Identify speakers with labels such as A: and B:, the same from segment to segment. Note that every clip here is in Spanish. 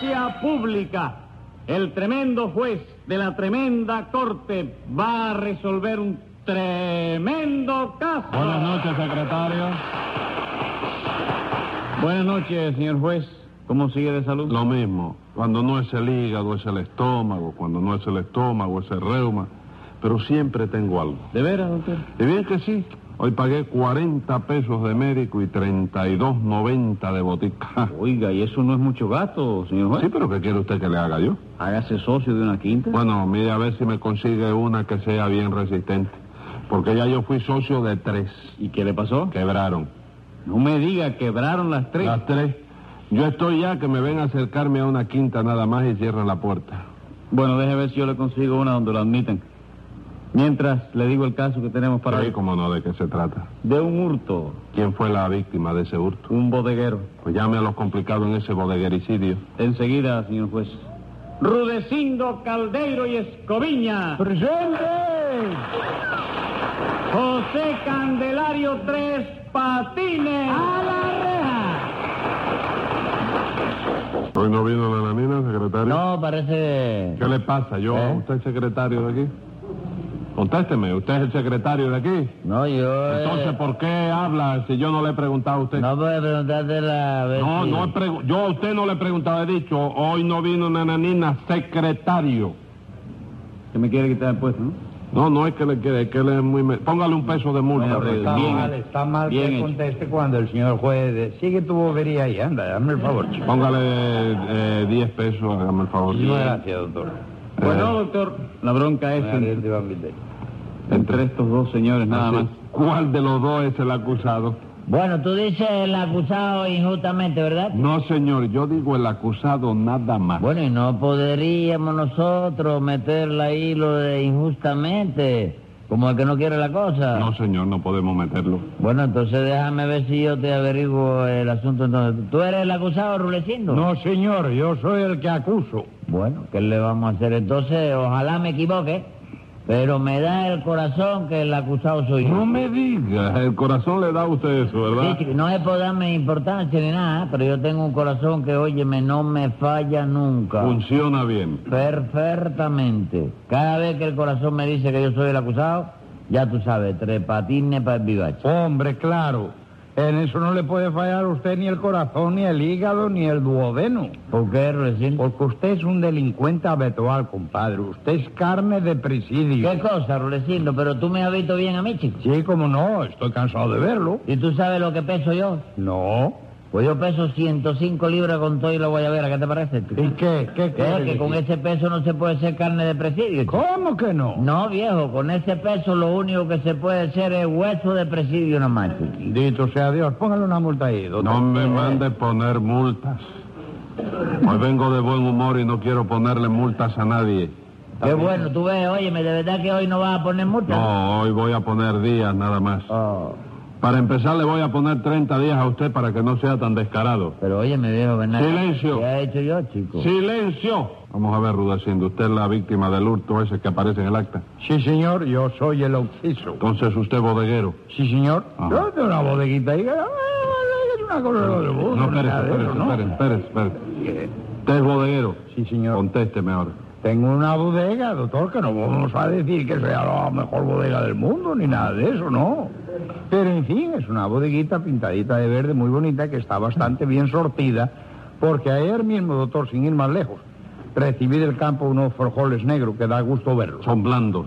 A: vía pública. El tremendo juez de la tremenda corte va a resolver un tremendo caso.
B: Buenas noches, secretario.
A: Buenas noches, señor juez. ¿Cómo sigue de salud?
B: Lo mismo. Cuando no es el hígado, es el estómago. Cuando no es el estómago, es el reuma. Pero siempre tengo algo.
A: ¿De veras, doctor?
B: Y bien que sí. Hoy pagué 40 pesos de médico y 32.90 de botica.
A: Oiga, y eso no es mucho gasto, señor juez.
B: Sí, pero ¿qué quiere usted que le haga yo?
A: Hágase socio de una quinta.
B: Bueno, mire a ver si me consigue una que sea bien resistente. Porque ya yo fui socio de tres.
A: ¿Y qué le pasó?
B: Quebraron.
A: No me diga, quebraron las tres.
B: Las tres. Yo estoy ya que me ven a acercarme a una quinta nada más y cierran la puerta.
A: Bueno, déjeme ver si yo le consigo una donde lo admiten. Mientras le digo el caso que tenemos para
B: Pero ahí
A: hoy.
B: como no, ¿de qué se trata?
A: De un hurto,
B: ¿Quién fue la víctima de ese hurto?
A: un bodeguero.
B: Pues llame a los complicados en ese bodeguericidio.
A: Enseguida, señor juez. Rudecindo Caldeiro y Escoviña.
B: ¡Presente!
A: José Candelario Tres Patines. ¡A la
B: Hoy no vino la nanina, secretario.
C: No, parece...
B: ¿Qué le pasa? Yo,
C: ¿Eh?
B: ¿usted es secretario de aquí? Contésteme, ¿usted es el secretario de aquí?
C: No, yo... eh,
B: Entonces, ¿por qué habla si yo no le he preguntado a usted?
C: No puedo preguntarte la... a ver
B: no,
C: si-
B: no he pregu- yo a usted no le he preguntado, he dicho, hoy no vino una nanina, secretario.
A: ¿Qué me quiere quitar el puesto, no?
B: No, no es que le quede, es que le es muy... me- Póngale un peso de multa. eh,
A: Bueno,
B: secretario.
C: pues Está
A: Bien
C: mal,
A: hecho.
C: está mal
A: Bien
C: que
A: hecho.
C: conteste cuando el señor juez... de- Sigue tu bobería ahí, anda, dame el favor, chico.
B: Póngale eh, 10 pesos, hágame el favor.
C: Muchísimas gracias, doctor.
A: Bueno, doctor, Eh, la bronca es
C: Me
A: en-
C: arriesgo a mi ley.
A: entre estos dos señores nada
B: Así,
A: más.
B: ¿Cuál de los dos es el acusado?
D: Bueno, tú dices el acusado injustamente, ¿verdad?
B: No, señor, yo digo el acusado nada más.
D: Bueno, y no podríamos nosotros meterla ahí lo de injustamente, como el que no quiere la cosa.
B: No, señor, no podemos meterlo.
D: Bueno, entonces déjame ver si yo te averiguo el asunto. Entonces, ¿tú eres el acusado, Rulecindo?
C: señor, yo soy el que acuso.
D: Bueno, ¿qué le vamos a hacer? Entonces, ojalá me equivoque, pero me da el corazón que el acusado soy yo.
B: No me diga, el corazón le da a usted eso, ¿verdad?
D: Sí, no es por darme importancia ni nada, pero yo tengo un corazón que, óyeme, no me falla nunca.
B: Funciona bien.
D: Perfectamente. Cada vez que el corazón me dice que yo soy el acusado, ya tú sabes, tres patines para el vivache.
C: Hombre, claro. En eso no le puede fallar a usted ni el corazón, ni el hígado, ni el duodeno.
D: ¿Por qué, recién?
C: Porque usted es un delincuente habitual, compadre. Usted es carne de presidio.
D: ¿Qué cosa, Rulecindo? Pero tú me has visto bien a mí, chico.
C: Sí, como no, estoy cansado de verlo.
D: ¿Y tú sabes lo que peso yo?
C: No.
D: Pues yo peso 105 libras con todo y la guayabera. ¿Qué te parece? chico?
C: ¿Y qué? ¿Qué
D: ¿Qué?
C: quiere
D: Que con
C: decir?
D: ese peso no se puede ser carne de presidio. chico.
C: ¿Cómo que no?
D: No, viejo, con ese peso lo único que se puede hacer es hueso de presidio nomás, chico.
C: Dito sea Dios, póngale una multa ahí, doctor.
B: No me mande poner multas. Hoy vengo de buen humor y no quiero ponerle multas a nadie.
D: Qué bueno, tú ves, óyeme, de verdad que hoy no vas a poner multa.
B: No, hoy voy a poner días nada más.
D: Oh.
B: Para empezar le voy a poner 30 días a usted para que no sea tan descarado.
D: Pero oye, mi viejo Bernardo.
B: Silencio.
D: ¿Qué ha hecho yo, chico?
B: ¡Silencio! Vamos a ver, Rudecindo, usted es la víctima del hurto ese que aparece en el acta.
C: Sí, señor, yo soy el occiso.
B: Entonces usted bodeguero.
C: Sí, señor.
B: Ajá.
C: Yo tengo una bodeguita ahí. que- Es una cosa de vos,
B: No,
C: nada
B: espérese,
C: de eso,
B: espérese,
C: ¿no?
B: espérese, espérese, espérese. Usted es bodeguero.
C: Sí, señor.
B: Contésteme ahora.
C: Tengo una bodega, doctor, que no vamos a decir que sea la mejor bodega del mundo ni nada de eso, no. Pero en fin, es una bodeguita pintadita de verde muy bonita que está bastante bien sortida, porque ayer mismo, doctor, sin ir más lejos, recibí del campo unos frijoles negros que da gusto verlos.
B: Son blandos.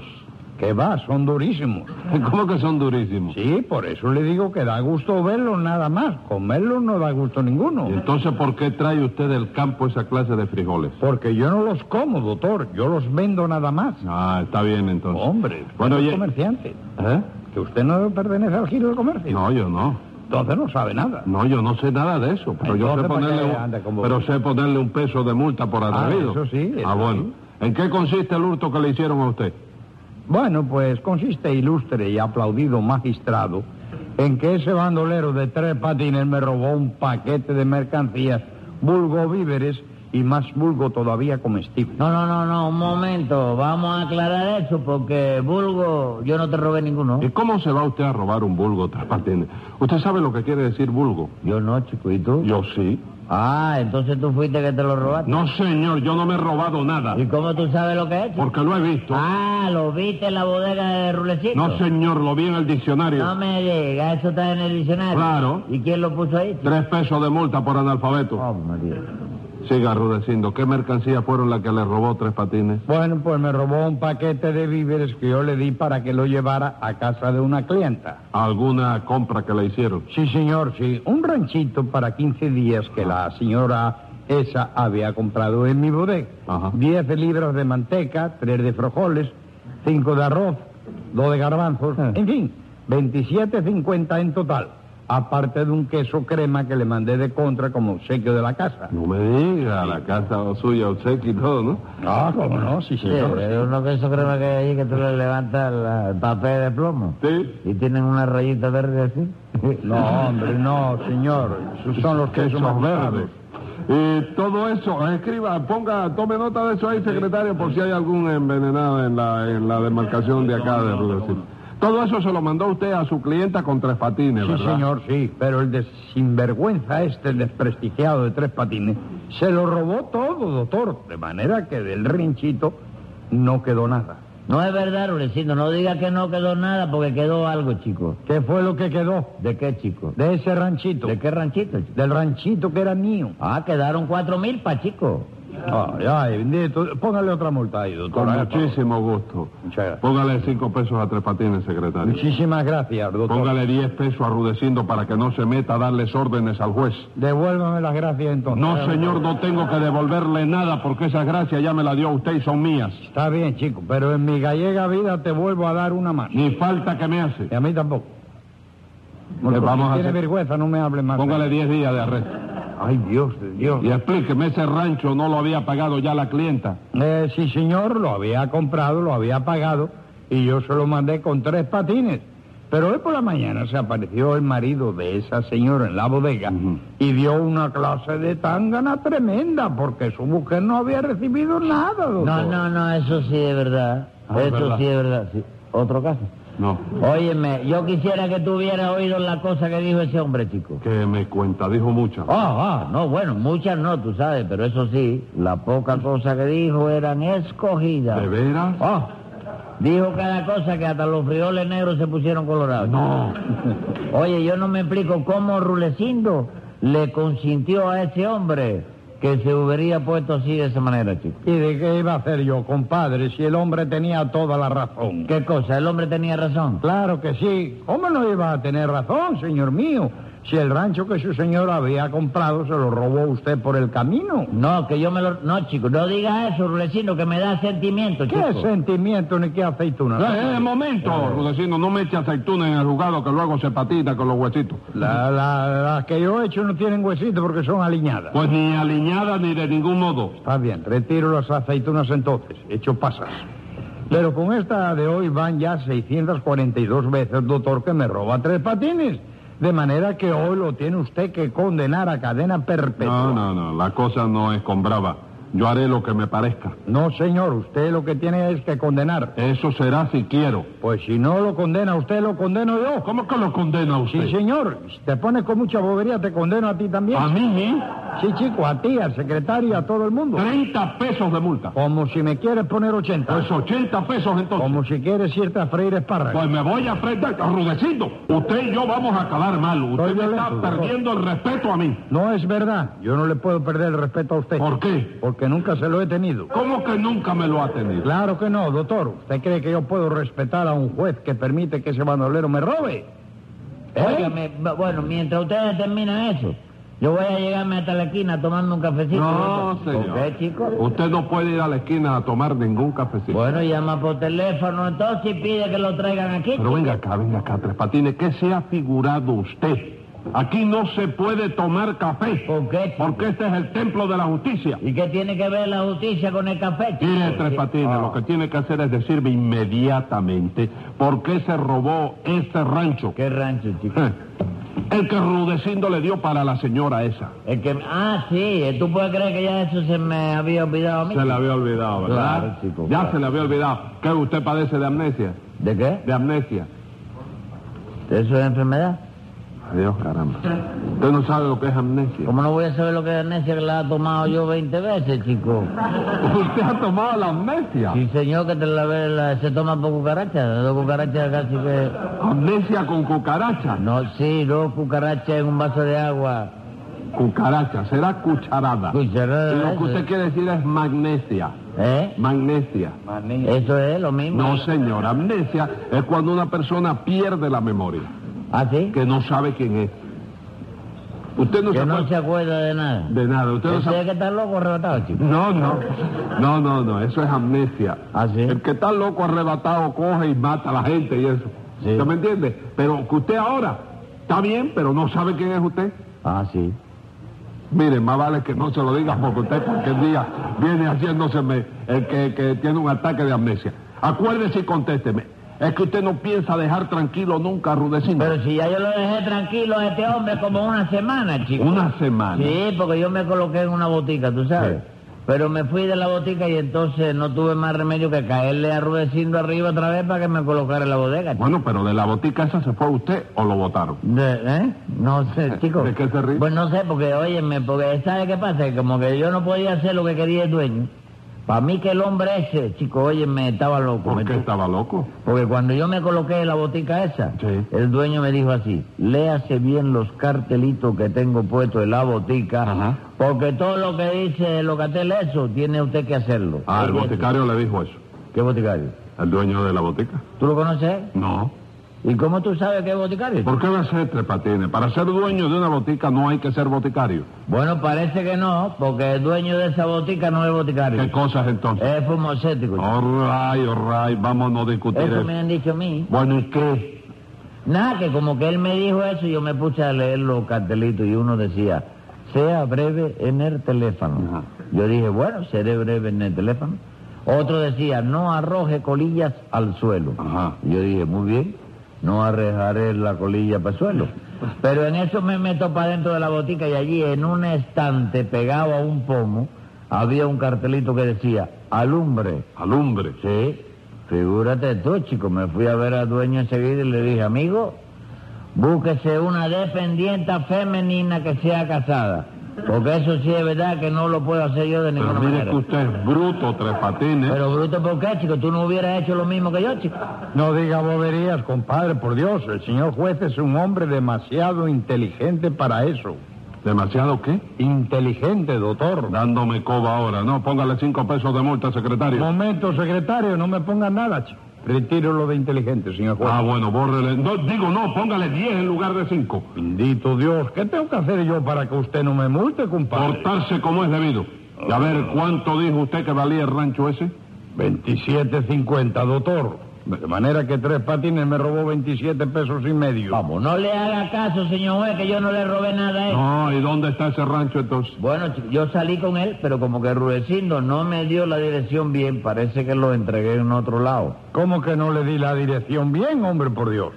C: Que va, son durísimos.
B: ¿Cómo que son durísimos?
C: Ah. Sí, por eso le digo que da gusto verlos nada más. Comerlos no da gusto ninguno.
B: ¿Y entonces por qué trae usted del campo esa clase de frijoles?
C: Porque yo no los como, doctor. Yo los vendo nada más.
B: Ah, está bien entonces.
C: Hombre, usted
B: Bueno,
C: no es
B: oye-
C: comerciante.
B: ¿Eh?
C: Que usted no pertenece al giro del comercio.
B: No, yo no.
C: Entonces no sabe nada.
B: No, yo no sé nada de eso. Pero yo sé
C: Entonces, ¿para qué
B: ponerle,
C: anda
B: un,
C: como-
B: pero sé ponerle un peso de multa por atrevido.
C: eso sí, eso
B: ah, bueno. ¿En qué consiste el hurto que le hicieron a usted?
C: Bueno, pues consiste, ilustre y aplaudido magistrado, en que ese bandolero de tres patines me robó un paquete de mercancías, vulgo víveres y más vulgo todavía comestible.
D: No, no, no, no, un momento. Vamos a aclarar eso porque, vulgo, yo no te robé ninguno.
B: ¿Y cómo se va usted a robar un vulgo tres patines? ¿Usted sabe lo que quiere decir vulgo?
D: Yo no, chico, ¿y tú?
B: Yo sí.
D: Ah, entonces tú fuiste que te lo robaste.
B: No, señor, yo no me he robado nada.
D: ¿Y cómo tú sabes lo que es?
B: Porque lo he visto.
D: Ah, lo viste en la bodega de Rulecito.
B: No, señor, lo vi en el
D: No
B: diccionario.
D: me digas, eso está en el diccionario.
B: Claro.
D: ¿Y quién lo puso ahí? chico?
B: Tres pesos de multa por analfabeto.
D: Oh, María.
B: Siga rudeciendo. ¿Qué mercancías fueron las que le robó Tres Patines?
C: Bueno, pues me robó un paquete de víveres que yo le di para que lo llevara a casa de una clienta.
B: ¿Alguna compra que le hicieron?
C: Sí, señor, sí. Un ranchito para 15 días que la señora esa había comprado en mi bodega.
B: Ajá.
C: 10 libras de manteca, 3 de frijoles, 5 de arroz, 2 de garbanzos, en fin, 27.50 en total. Aparte de un queso crema que le mandé de contra como obsequio de la casa.
B: No me diga, la casa suya, obsequio y todo, ¿no?
C: Ah, cómo no, sí,
D: Sí, pero uno que eso crema que hay ahí que tú le levantas la- el papel de plomo.
B: Sí.
D: Y tienen una rayita verde así.
C: No, hombre, no, señor. Esos son los quesos
B: Quesos
C: más
B: verdes. Y todo eso, eh, escriba, ponga, tome nota de eso ahí, secretario, por si hay algún envenenado en la, en la demarcación de acá de Rudecindo. Todo eso se lo mandó usted a su clienta con tres patines,
C: Sí,
B: ¿verdad?
C: señor, sí, pero el de sinvergüenza este, el desprestigiado de tres patines, se lo robó todo, doctor, de manera que del rinchito no quedó nada.
D: No es verdad, Rulecito, no digas que no quedó nada porque quedó algo, chico.
C: ¿Qué fue lo que quedó
D: ¿De qué, chico?
C: de ese ranchito?
D: ¿De qué ranchito, chico?
C: Del ranchito que era mío.
D: Ah, quedaron cuatro mil pa' chico.
C: Ay, ay, bendito. Póngale otra multa ahí, doctor.
B: Con
C: haga favor.
B: muchísimo gusto.
C: Muchas gracias.
B: Póngale cinco pesos a tres patines, secretario.
C: Muchísimas gracias, doctor.
B: Póngale diez pesos a Rudecindo para que no se meta a darles órdenes al juez.
C: Devuélvame las gracias entonces.
B: No, señor, no tengo que devolverle nada porque esas gracias ya me las dio usted y son mías.
C: Está bien, chico, pero en mi gallega vida te vuelvo a dar una más.
B: Ni falta que me hace.
C: Y a mí tampoco.
B: Le vamos
C: si
B: a
C: tiene
B: hacer-
C: vergüenza, no me hable más.
B: Póngale diez días de arresto.
C: Ay, Dios de Dios.
B: Y explíqueme, ese rancho no lo había pagado ya la clienta.
C: Eh, sí, señor, lo había comprado, lo había pagado y yo se lo mandé con tres patines. Pero hoy por la mañana se apareció el marido de esa señora en la bodega y dio una clase de tangana tremenda porque su mujer no había recibido nada, doctor.
D: No, no, no, eso sí es verdad.
B: Ah, es
D: eso
B: verdad.
D: sí es verdad. sí. Otro caso.
B: No.
D: Óyeme, yo quisiera que tú hubieras oído la cosa que dijo ese hombre, chico.
B: Que me cuenta, dijo muchas.
D: Ah, ah, no, bueno, muchas no, tú sabes, pero eso sí, la poca cosa que dijo eran escogidas.
B: ¿De veras?
D: Ah, dijo cada cosa que hasta los frijoles negros se pusieron colorados.
B: Oh, No.
D: Oye, yo no me explico cómo Rulecindo le consintió a ese hombre que se hubiera puesto así de esa manera, chico.
C: ¿Y de qué iba a hacer yo, compadre, si el hombre tenía toda la razón?
D: ¿Qué cosa? ¿El hombre tenía razón?
C: Claro que sí. ¿Cómo no iba a tener razón, señor mío? Si el rancho que su señor había comprado se lo robó usted por el camino.
D: No, que yo me lo... No, chico, no digas eso, Rulecino, que me da sentimiento,
C: ¿Qué
D: chico.
C: sentimiento ni qué aceituna?
B: Eh, eh, momento, Rudecindo, no me eche aceituna en el jugado que luego se patita con los huesitos.
C: La- la- las que yo he hecho no tienen huesito porque son aliñadas.
B: Pues ni aliñada ni de ningún modo.
C: Está bien, retiro las aceitunas entonces, hecho pasas. Pero con esta de hoy van ya 642 veces, doctor, que me roba tres patines. De manera que hoy lo tiene usted que condenar a cadena perpetua.
B: No, no, no, la cosa no es con brava. Yo haré lo que me parezca.
C: No, señor, usted lo que tiene es que condenar.
B: Eso será si quiero.
C: Pues si no lo condena usted, lo condeno yo.
B: ¿Cómo que lo condena
C: Sí,
B: usted?
C: señor, si te pones con mucha bobería, te condeno a ti también.
B: A mí, ¿eh?
C: Sí, chico, a ti, al secretario y a todo el mundo.
B: 30 pesos de multa.
C: Como si me quieres poner 80.
B: Ah. Pues 80 pesos entonces.
C: Como si quieres irte a freír espárragos.
B: Pues me voy a frente arrudecido. Usted y yo vamos a acabar mal. Usted me
C: Soy violento,
B: está
C: doctor.
B: perdiendo el respeto a mí.
C: No es verdad. Yo no le puedo perder el respeto a usted.
B: Pues. ¿Por qué?
C: Porque nunca se lo he tenido.
B: ¿Cómo que nunca me lo ha tenido?
C: Claro que no, doctor. ¿Usted cree que yo puedo respetar a un juez que permite que ese bandolero me robe? ¿Eh?
D: Óigame, bu- bueno, mientras ustedes terminan eso, yo voy a llegarme hasta la esquina tomando un cafecito.
B: No,
D: ¿Por
B: señor.
D: qué, chico?
B: Usted no puede ir a la esquina a tomar ningún cafecito.
D: Bueno, llama por teléfono entonces y pide que lo traigan aquí.
B: Pero venga acá, venga acá, Tres Patines. ¿Qué se ha figurado usted? Aquí no se puede tomar café.
D: ¿Por qué, chico?
B: Porque este es el templo de la justicia.
D: ¿Y qué tiene que ver la justicia con el café, chico?
B: Mire, Eh, Tres Patines, lo que tiene que hacer es decirme inmediatamente por qué se robó este rancho.
D: ¿Qué rancho, chico?
B: Eh, El que Rudecindo le dio para la señora esa.
D: Es que... Ah, sí, tú puedes creer que ya eso se me había olvidado a mí.
B: Se le había olvidado, ¿verdad?
D: Claro, chico,
B: ya
D: claro.
B: se le había olvidado. ¿Qué usted padece de amnesia?
D: ¿De qué?
B: De amnesia.
D: ¿De eso es enfermedad?
B: Adiós, caramba. Eh. Usted no sabe lo que es amnesia.
D: ¿Cómo no voy a saber lo que es amnesia que la ha tomado yo 20 veces, chico?
B: Usted ha tomado la amnesia.
D: Sí, señor, que te la, ve- la- se toma por cucaracha. Dos cucarachas casi que...
B: Amnesia con cucaracha.
D: No, sí, dos cucarachas en un vaso de agua.
B: Cucaracha, será cucharada.
D: Cucharada,
B: Y lo
D: eso.
B: que usted quiere decir es magnesia.
D: ¿Eh?
B: Magnesia.
D: Eso es lo mismo.
B: No, señor, amnesia es cuando una persona pierde la memoria,
D: ¿Ah, sí?
B: que no sabe quién es. Usted no
D: Que
B: se
D: no se
B: acuerda
D: acuerda de nada.
B: de nada, usted no
D: Usted
B: sabe...
D: es que está loco arrebatado, chico.
B: No, no, no, no, no, eso es amnesia.
D: ¿Ah, sí?
B: El que está loco arrebatado coge y mata a la gente y eso.
D: Sí.
B: ¿Usted me entiende? Pero que usted ahora está bien, pero no sabe quién es usted.
D: Ah, sí.
B: Mire, más vale que no se lo diga porque usted cualquier día viene haciéndose me- el que, que tiene un ataque de amnesia. Acuérdese y contésteme. Es que usted no piensa dejar tranquilo nunca a Rudecindo.
D: Pero si ya yo lo dejé tranquilo a este hombre como una semana, chico.
B: Una semana.
D: Sí, porque yo me coloqué en una botica, tú sabes.
B: Sí.
D: Pero me fui de la botica y entonces no tuve más remedio que caerle arrudeciendo arriba otra vez para que me colocara en la bodega. chico.
B: Bueno, pero de la botica esa se fue usted o lo votaron.
D: De- ¿Eh? No sé, chico.
B: ¿De qué se ríe?
D: Pues no sé, porque, óyeme, porque ¿sabe qué pasa? Que Como que yo no podía hacer lo que quería el dueño. Para mí que el hombre ese, chico, óyeme, estaba loco.
B: ¿Por
D: ¿me
B: qué
D: entiendes?
B: estaba loco?
D: Porque cuando yo me coloqué en la botica esa,
B: Sí.
D: el dueño me dijo así, léase bien los cartelitos que tengo puestos en la botica,
B: Ajá.
D: porque todo lo que dice el locatel eso, tiene usted que hacerlo.
B: Ah, el
D: Oye,
B: boticario le dijo eso.
D: ¿Qué boticario?
B: ¿El dueño de la botica?
D: ¿Tú lo conoces?
B: No.
D: ¿Y cómo tú sabes que es boticario?
B: ¿Por qué va a ser tres patines? Para ser dueño de una botica no hay que ser boticario.
D: Bueno, parece que no, porque el dueño de esa botica no es boticario.
B: ¿Qué cosas entonces? Oh,
D: Es farmacéutico.
B: All right, all right, vámonos a discutir
D: Eh. Eso
B: eso.
D: me han dicho a mí.
B: Bueno, ¿y qué?
D: Nada, que como que él me dijo eso, yo me puse a leer los cartelitos y uno decía, sea breve en el teléfono.
B: Ajá.
D: Yo dije, bueno, seré breve en el teléfono. Otro decía, no arroje colillas al suelo.
B: Ajá.
D: Yo dije, muy bien, no arrojaré la colilla para el suelo. Pero en eso me meto para dentro de la botica y allí en un estante pegado a un pomo había un cartelito que decía, alumbre.
B: Alumbre.
D: Sí, figúrate tú, chico. Me fui a ver al dueño enseguida y le dije, amigo, búsquese una dependienta femenina que sea casada. Porque eso sí es verdad que no lo puedo hacer yo de
B: Pero
D: ninguna
B: mire
D: manera.
B: que usted es bruto, tres patines.
D: Pero bruto, ¿por qué, chico? Tú no hubieras hecho lo mismo que yo, chico.
C: No diga boberías, compadre, por Dios. El señor juez es un hombre demasiado inteligente para eso.
B: ¿Demasiado qué?
C: Inteligente, doctor.
B: Dándome coba ahora, ¿no? Póngale cinco pesos de multa, secretario.
C: Momento, secretario, no me ponga nada, chico. Retiro lo de inteligente, señor juez.
B: Ah, bueno, bórrele. No, digo no, póngale diez en lugar de cinco.
C: Bendito Dios, ¿qué tengo que hacer yo para que usted no me multe, compadre?
B: Portarse como es debido. Y a ver, ¿cuánto dijo usted que valía el rancho ese?
C: 27.50, doctor. De manera que tres patines me robó 27 pesos y medio.
D: Vamos, no le haga caso, señor juez, que yo no le robé nada a él.
B: No, ¿y dónde está ese rancho entonces?
D: Bueno, chico, yo salí con él, pero como que Rudecindo no me dio la dirección bien, parece que lo entregué en otro lado.
C: ¿Cómo que no le di la dirección bien, hombre, por Dios?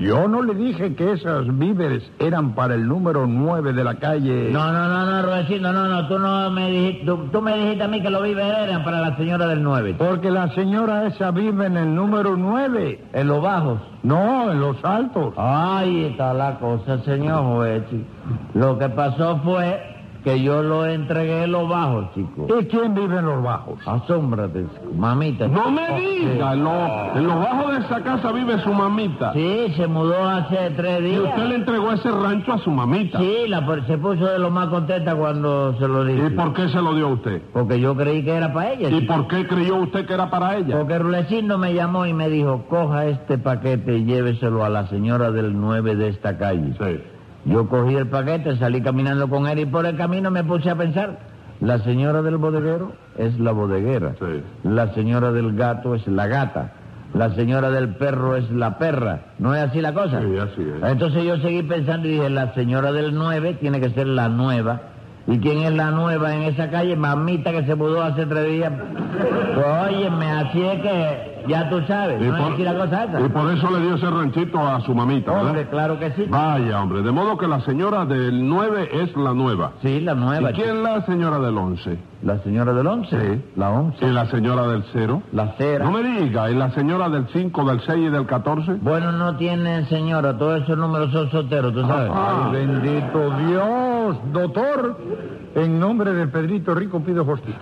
C: Yo no le dije que esas víveres eran para el número 9 de la calle.
D: No, no, no, no, Rudecindo, no, no, tú no me dijiste, tú, tú me dijiste a mí que los víveres eran para la señora del 9,
C: Porque la señora esa vive en el número 9.
D: en los bajos.
C: No, en los altos.
D: Ahí está la cosa, señor juez, chico. Lo que pasó fue que yo lo entregué en los bajos, chico.
C: ¿Y quién vive en los bajos?
D: Asómbrate, chico, mamita.
B: No me diga, lo- en los bajos de esa casa vive su mamita.
D: Sí, se mudó hace tres
B: Y
D: días.
B: usted le entregó ese rancho a su mamita.
D: Sí, la, per- se puso de lo más contenta cuando se lo dije.
B: ¿Y por qué se lo dio a usted?
D: Porque yo creí que era para ella.
B: ¿Y
D: chico.
B: por qué creyó usted que era para ella?
D: Porque Rulecindo me llamó y me dijo, coja este paquete y lléveselo a la señora del 9 de esta calle.
B: Sí.
D: Yo cogí el paquete, salí caminando con él y por el camino me puse a pensar, la señora del bodeguero es la bodeguera,
B: Sí.
D: la señora del gato es la gata, la señora del perro es la perra, ¿no es así la cosa?
B: Sí, así es.
D: Entonces yo seguí pensando y dije, la señora del 9 tiene que ser la nueva. ¿Y quién es la nueva en esa calle? Mamita que se mudó hace tres días. Pues, óyeme, así es que Ya tú sabes, no es
B: por,
D: decir la cosa esa.
B: y por eso le dio ese ranchito a su mamita, ¿verdad?
D: Hombre, claro que sí.
B: Vaya, hombre, de modo que la señora del 9 es la nueva.
D: Sí, la nueva.
B: ¿Y quién la señora del 11?
D: La señora del once.
B: Sí.
D: La once.
B: ¿Y la señora del 0?
D: La cera.
B: No me diga, ¿y la señora del 5, del 6 y del 14?
D: Bueno, no tienen señora, todos esos números son solteros, tú sabes.
B: Ah.
C: Ay, bendito Dios, doctor. En nombre del Pedrito Rico pido justicia.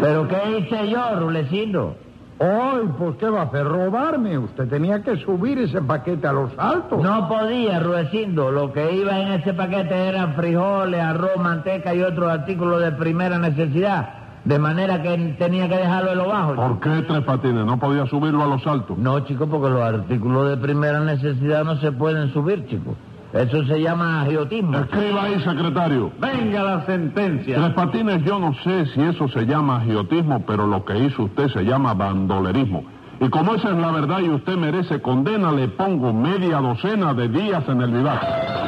D: ¿Pero qué hice yo, Rulecito?
C: Hoy, pues, ¿qué va a hacer? ¿Robarme? Usted tenía que subir ese paquete a los altos.
D: No podía, Ruecindo. Lo que iba en ese paquete eran frijoles, arroz, manteca y otros artículos de primera necesidad. De manera que tenía que dejarlo en lo bajo.
B: ¿Por qué tres patines? ¿No podía subirlo a los altos?
D: No, chico, porque los artículos de primera necesidad no se pueden subir, chico. Eso se llama agiotismo.
B: Escriba ahí, secretario.
A: Venga la sentencia.
B: Tres patines, yo no sé si eso se llama agiotismo, pero lo que hizo usted se llama bandolerismo. Y como esa es la verdad y usted merece condena, le pongo media docena de días en el vivac.